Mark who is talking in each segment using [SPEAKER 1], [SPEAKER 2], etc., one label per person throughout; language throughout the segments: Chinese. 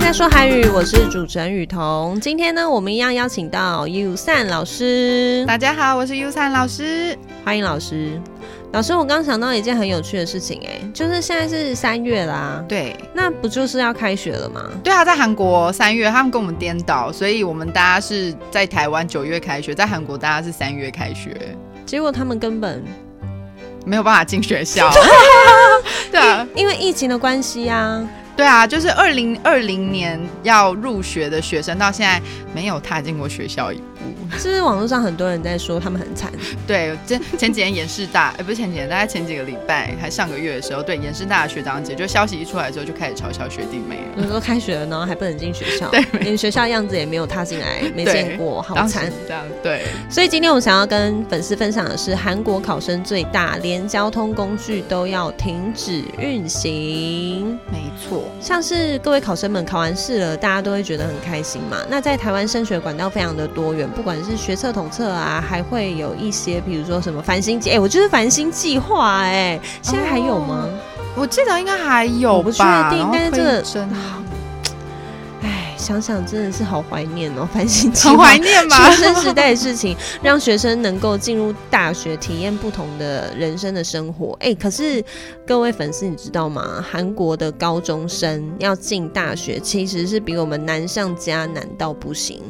[SPEAKER 1] 在说韩语，我是主持人雨桐。今天呢，我们一样邀请到 U 善老师，
[SPEAKER 2] 大家好，我是 U 三老师。
[SPEAKER 1] 欢迎老师。老师，我刚想到一件很有趣的事情、哎，就是现在是三月啦，
[SPEAKER 2] 对，
[SPEAKER 1] 那不就是要开学了吗？
[SPEAKER 2] 对啊，在韩国三月，他们跟我们颠倒，所以我们大家是在台湾九月开学，在韩国大家是三月开学，
[SPEAKER 1] 结果他们根本
[SPEAKER 2] 没有办法进学校。对啊，
[SPEAKER 1] 因为疫情的关系啊，
[SPEAKER 2] 对啊，就是二零二零年要入学的学生到现在没有踏进过学校一步。
[SPEAKER 1] 是不是网络上很多人在说他们很惨？
[SPEAKER 2] 对，前前几天延世大，哎、不是前几天，大概前几个礼拜还上个月的时候，对延世大的学长姐，就消息一出来之后就开始嘲笑学弟妹了。
[SPEAKER 1] 有时候开学了，然后还不能进学校，
[SPEAKER 2] 对
[SPEAKER 1] 连学校样子也没有踏进来，没
[SPEAKER 2] 对
[SPEAKER 1] 见过，好
[SPEAKER 2] 当时
[SPEAKER 1] 惨
[SPEAKER 2] 是。这样，对，
[SPEAKER 1] 所以今天我想要跟粉丝分享的是，韩国考生最大，连交通工具都要停止运行。
[SPEAKER 2] 没错。
[SPEAKER 1] 像是各位考生们考完试了，大家都会觉得很开心嘛。那在台湾升学管道非常的多元，不管是学测、统测啊，还会有一些，比如说什么繁星
[SPEAKER 2] 嗯
[SPEAKER 1] 计，哎、我就是繁星计划，哎，现在还有吗？
[SPEAKER 2] 我记得应该还
[SPEAKER 1] 我
[SPEAKER 2] 有
[SPEAKER 1] 不
[SPEAKER 2] 吧，
[SPEAKER 1] 确定
[SPEAKER 2] 然后
[SPEAKER 1] 但是
[SPEAKER 2] 推
[SPEAKER 1] 这个
[SPEAKER 2] 甄 啊
[SPEAKER 1] 哎、想想真的是好怀念哦，繁星计
[SPEAKER 2] 哦很
[SPEAKER 1] 划
[SPEAKER 2] 怀。念吧？
[SPEAKER 1] 学生时代的事情，让学生能够进入大学，体验不同的人生的生活。哎、可是各位粉丝，你知道吗？韩国的高中生要进大学，其实是比我们难上加难到不行。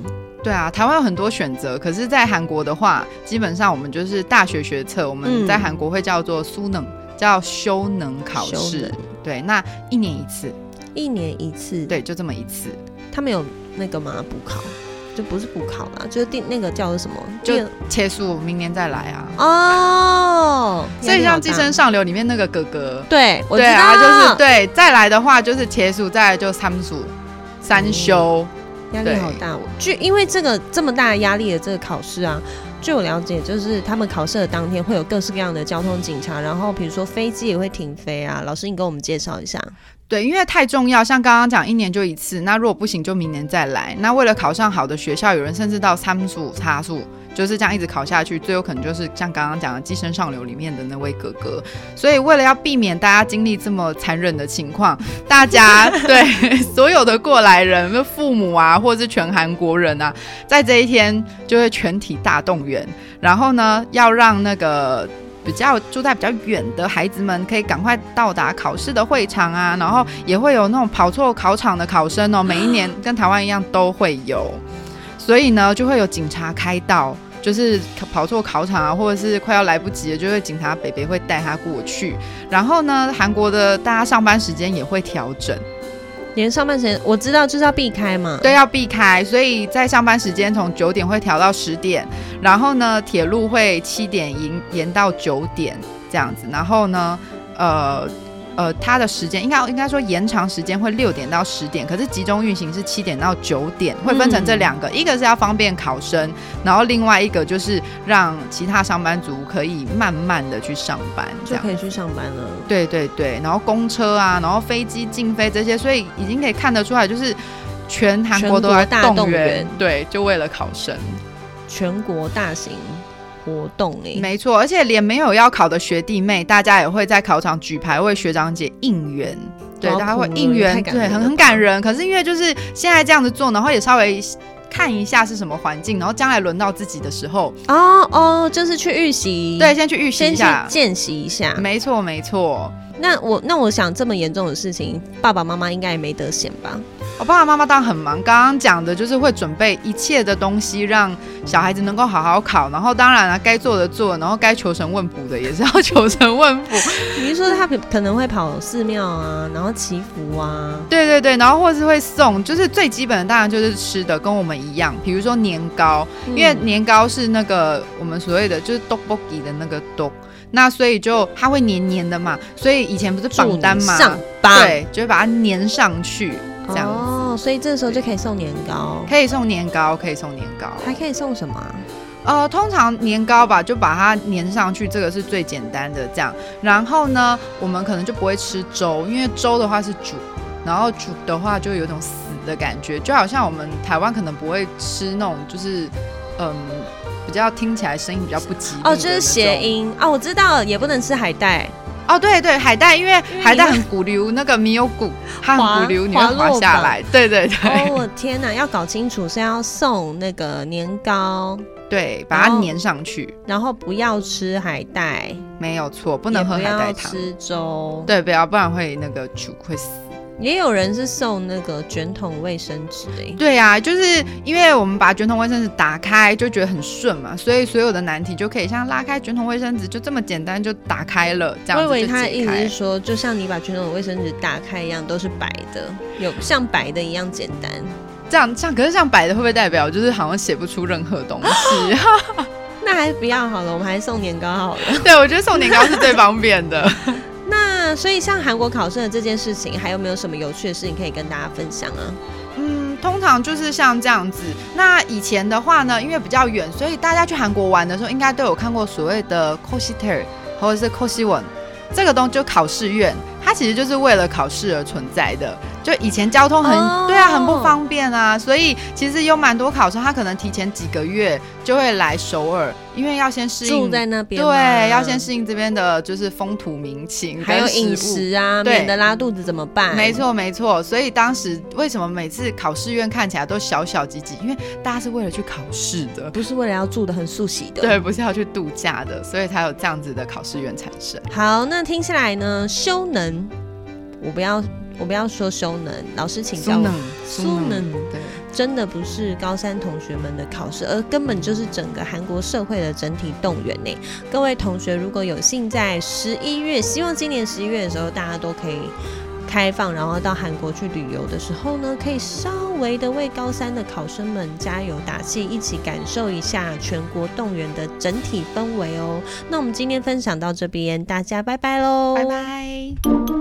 [SPEAKER 2] 对啊，台湾有很多选择，可是，在韩国的话，基本上我们就是大学学测，我
[SPEAKER 1] 嗯
[SPEAKER 2] 们在韩国会叫做苏能，叫修能考
[SPEAKER 1] 修
[SPEAKER 2] 试
[SPEAKER 1] 能。
[SPEAKER 2] 对，那一年一次，
[SPEAKER 1] 一年一次，，
[SPEAKER 2] 对，就这么一次。
[SPEAKER 1] 他们有那个吗？补考，就不是补考啦，就是第那个叫做什么？
[SPEAKER 2] 就
[SPEAKER 1] 第二
[SPEAKER 2] 切数，明年再来啊。
[SPEAKER 1] 哦，
[SPEAKER 2] 所
[SPEAKER 1] 压
[SPEAKER 2] 以
[SPEAKER 1] 力好
[SPEAKER 2] 像《
[SPEAKER 1] 大
[SPEAKER 2] 寄生，上流》里面那个哥哥，
[SPEAKER 1] 对，我知
[SPEAKER 2] 对
[SPEAKER 1] 道，
[SPEAKER 2] 啊，就是对，再来的话就是切数，再来就三数，三修。
[SPEAKER 1] 压力好大。我哦就因为这个这么大的压力的这个考试啊，据我了解，就是他们考试的当天会有各式各样的交通警察，然后比如说飞机也会停飞啊。老师，你给我们介绍一下。
[SPEAKER 2] 对，因为太重要，像刚刚讲，一年就一次。那如果不行，就明年再来。那为了考上好的学校，有人甚至到参数、差数，就是这样一直考下去，最有可能就是像刚刚讲的《寄生上流》里面的那位哥哥。所以，为了要避免大家经历这么残忍的情况，大家对 所有的过来人、就父母啊，或者是全韩国人啊，在这一天就会全体大动员，然后呢，要让那个比较住在比较远的孩子们可以赶快到达考试的会场啊，然后也会有那种跑错考场的考生哦，每一年跟台湾一样都会有，所以呢就会有警察开道，就是跑错考场啊，或者是快要来不及了，就会警察北北会带他过去，然后呢韩国的大家上班时间也会调整，
[SPEAKER 1] 连上半身我知道就是要避开嘛，
[SPEAKER 2] 对，要避开，所以在上班时间从九点会调到十点，然后呢，铁路会七点延延到九点这样子，然后呢，呃呃，它的时间应该应该说延长时间会六点到十点，可是集中运行是七点到九点，会分成这两个，一个是要方便考生，然后另外一个就是让其他上班族可以慢慢的去上班，这
[SPEAKER 1] 就
[SPEAKER 2] 样
[SPEAKER 1] 可以去上班了。
[SPEAKER 2] 对对对，然后公车啊，然后飞机禁飞这些，所以已经可以看得出来，就是全韩国都在
[SPEAKER 1] 全国大动
[SPEAKER 2] 动
[SPEAKER 1] 员
[SPEAKER 2] 员，对，就为了考生，
[SPEAKER 1] 全国大型活动哎、
[SPEAKER 2] 没错。而且连没有要考的学弟妹，大家也会在考场举牌为学长姐应援。对，
[SPEAKER 1] 哇
[SPEAKER 2] 大家会
[SPEAKER 1] 酷
[SPEAKER 2] 应
[SPEAKER 1] 太
[SPEAKER 2] 援，
[SPEAKER 1] 感
[SPEAKER 2] 对，
[SPEAKER 1] 人
[SPEAKER 2] 很
[SPEAKER 1] 了
[SPEAKER 2] 很感人。可是因为就是现在这样子做，然后也稍微看一下是什么环境，然后将来轮到自己的时候，
[SPEAKER 1] 哦哦，就是去预习，
[SPEAKER 2] 对，，先去预习
[SPEAKER 1] 先
[SPEAKER 2] 一
[SPEAKER 1] 去
[SPEAKER 2] 下。
[SPEAKER 1] 见习一下。
[SPEAKER 2] 没错，没错。
[SPEAKER 1] 那我那我想这么严重的事情，爸爸妈妈应该也没得闲吧？
[SPEAKER 2] 我爸爸妈妈当然很忙，刚刚讲的就是会准备一切的东西，让小孩子能够好好考。然后当然了、该做的做，然后该求神问卜的也是要求神问 卜。
[SPEAKER 1] 比如说他可可能会跑寺庙啊，然后祈福啊，
[SPEAKER 2] 对对对，然后或是会送，就是最基本的当然就是吃的，跟我们一样，比如说年糕，嗯因为年糕是那个我们所谓的就是 d o b o g i 的那个 d 那所以就它会黏黏的嘛，所以以前不是
[SPEAKER 1] 祝
[SPEAKER 2] 榜
[SPEAKER 1] 你
[SPEAKER 2] 单嘛，
[SPEAKER 1] 上榜，
[SPEAKER 2] 对，就会把它粘上去，这样子
[SPEAKER 1] 哦，所以这时候就可以送年糕，
[SPEAKER 2] 可以送年糕，可以送年糕，
[SPEAKER 1] 还可以送什么啊、
[SPEAKER 2] 呃，通常年糕吧，就把它粘上去，这个是最简单的这样。然后呢，我们可能就不会吃粥，因为粥的话是煮，然后煮的话就有一种死的感觉，就好像我们台湾可能不会吃那种就是嗯比较听起来声音比较不吉利
[SPEAKER 1] 哦，
[SPEAKER 2] 的
[SPEAKER 1] 就是
[SPEAKER 2] 那
[SPEAKER 1] 谐
[SPEAKER 2] 种
[SPEAKER 1] 音哦，我知道了，也不能吃海带，
[SPEAKER 2] 哦，对对，海带，因为
[SPEAKER 1] 为
[SPEAKER 2] 海
[SPEAKER 1] 你
[SPEAKER 2] 带
[SPEAKER 1] 会
[SPEAKER 2] 很鼓溜，那个米有鼓，它很
[SPEAKER 1] 滑
[SPEAKER 2] 鼓溜，你
[SPEAKER 1] 滑
[SPEAKER 2] 会滑
[SPEAKER 1] 落
[SPEAKER 2] 下
[SPEAKER 1] 吧
[SPEAKER 2] 来。对对对、
[SPEAKER 1] 哦，我天哪，要搞清楚是要送那个年糕，
[SPEAKER 2] 对，把它
[SPEAKER 1] 哦
[SPEAKER 2] 粘上去，
[SPEAKER 1] 然后不要吃海带，
[SPEAKER 2] 没有错，不
[SPEAKER 1] 不
[SPEAKER 2] 能喝海
[SPEAKER 1] 也不
[SPEAKER 2] 带
[SPEAKER 1] 要
[SPEAKER 2] 汤。
[SPEAKER 1] 吃粥。
[SPEAKER 2] 对，不要，不然会那个煮会死。
[SPEAKER 1] 也有人是送那个卷筒卫生纸欸诶、
[SPEAKER 2] 对呀、就是因为我们把卷筒卫生纸打开，就觉得很顺嘛，所以所有的难题就可以像拉开卷筒卫生纸就这么简单就打开了，这
[SPEAKER 1] 我以
[SPEAKER 2] 样子
[SPEAKER 1] 为
[SPEAKER 2] 就
[SPEAKER 1] 他的意
[SPEAKER 2] 解
[SPEAKER 1] 思
[SPEAKER 2] 开
[SPEAKER 1] 是。说，就像你把卷筒卫生纸打开一样，都是白的，有像白的一样简单。
[SPEAKER 2] 这样这样，可是这样摆的会不会代表就是好像写不出任何东西？
[SPEAKER 1] 那还不要好了，我们还送年糕好了。
[SPEAKER 2] 对，我觉得送年糕是最方便的。
[SPEAKER 1] 那所以像韩国考生的这件事情，还有没有什么有趣的事情可以跟大家分享啊？
[SPEAKER 2] 嗯，通常就是像这样子。那以前的话呢，因为比较远，所以大家去韩国玩的时候，应该都有看过所谓的 c o s i t e r 或者是 c o s i w o n 这个东西，就考试院，它其实就是为了考试而存在的。就以前交通很、
[SPEAKER 1] 哦
[SPEAKER 2] 对啊，很不方便啊，所以其实有蛮多考生，他可能提前几个月就会来首尔，因为要先适
[SPEAKER 1] 住
[SPEAKER 2] 应，
[SPEAKER 1] 在那边吗
[SPEAKER 2] 对，要先适应这边的就是风土民情，
[SPEAKER 1] 还有饮。食啊，
[SPEAKER 2] 对
[SPEAKER 1] 免得拉肚子怎么办？
[SPEAKER 2] 没，错，没错。所以当时为什么每次考试院看起来都小小挤挤？因为大家是为了去考试的，
[SPEAKER 1] 不是为了要住的很素喜的。
[SPEAKER 2] 对，不是要去度假的，所以才有这样子的考试院产生。
[SPEAKER 1] 好，那听下来呢，修能，我不要，我不要说修能，老师请教我，苏
[SPEAKER 2] 苏能
[SPEAKER 1] 能，
[SPEAKER 2] 对，
[SPEAKER 1] 真的不是高三同学们的考试，而根本就是整个韩国社会的整体动员呢。各位同学，如果有幸在十一月，希望今年十一月的时候，大家都可以。开放，然后到韩国去旅游的时候呢，可以稍微的为高三的考生们加油打气，一起感受一下全国动员的整体氛围哦。那我们今天分享到这边，大家拜拜喽，
[SPEAKER 2] 拜拜。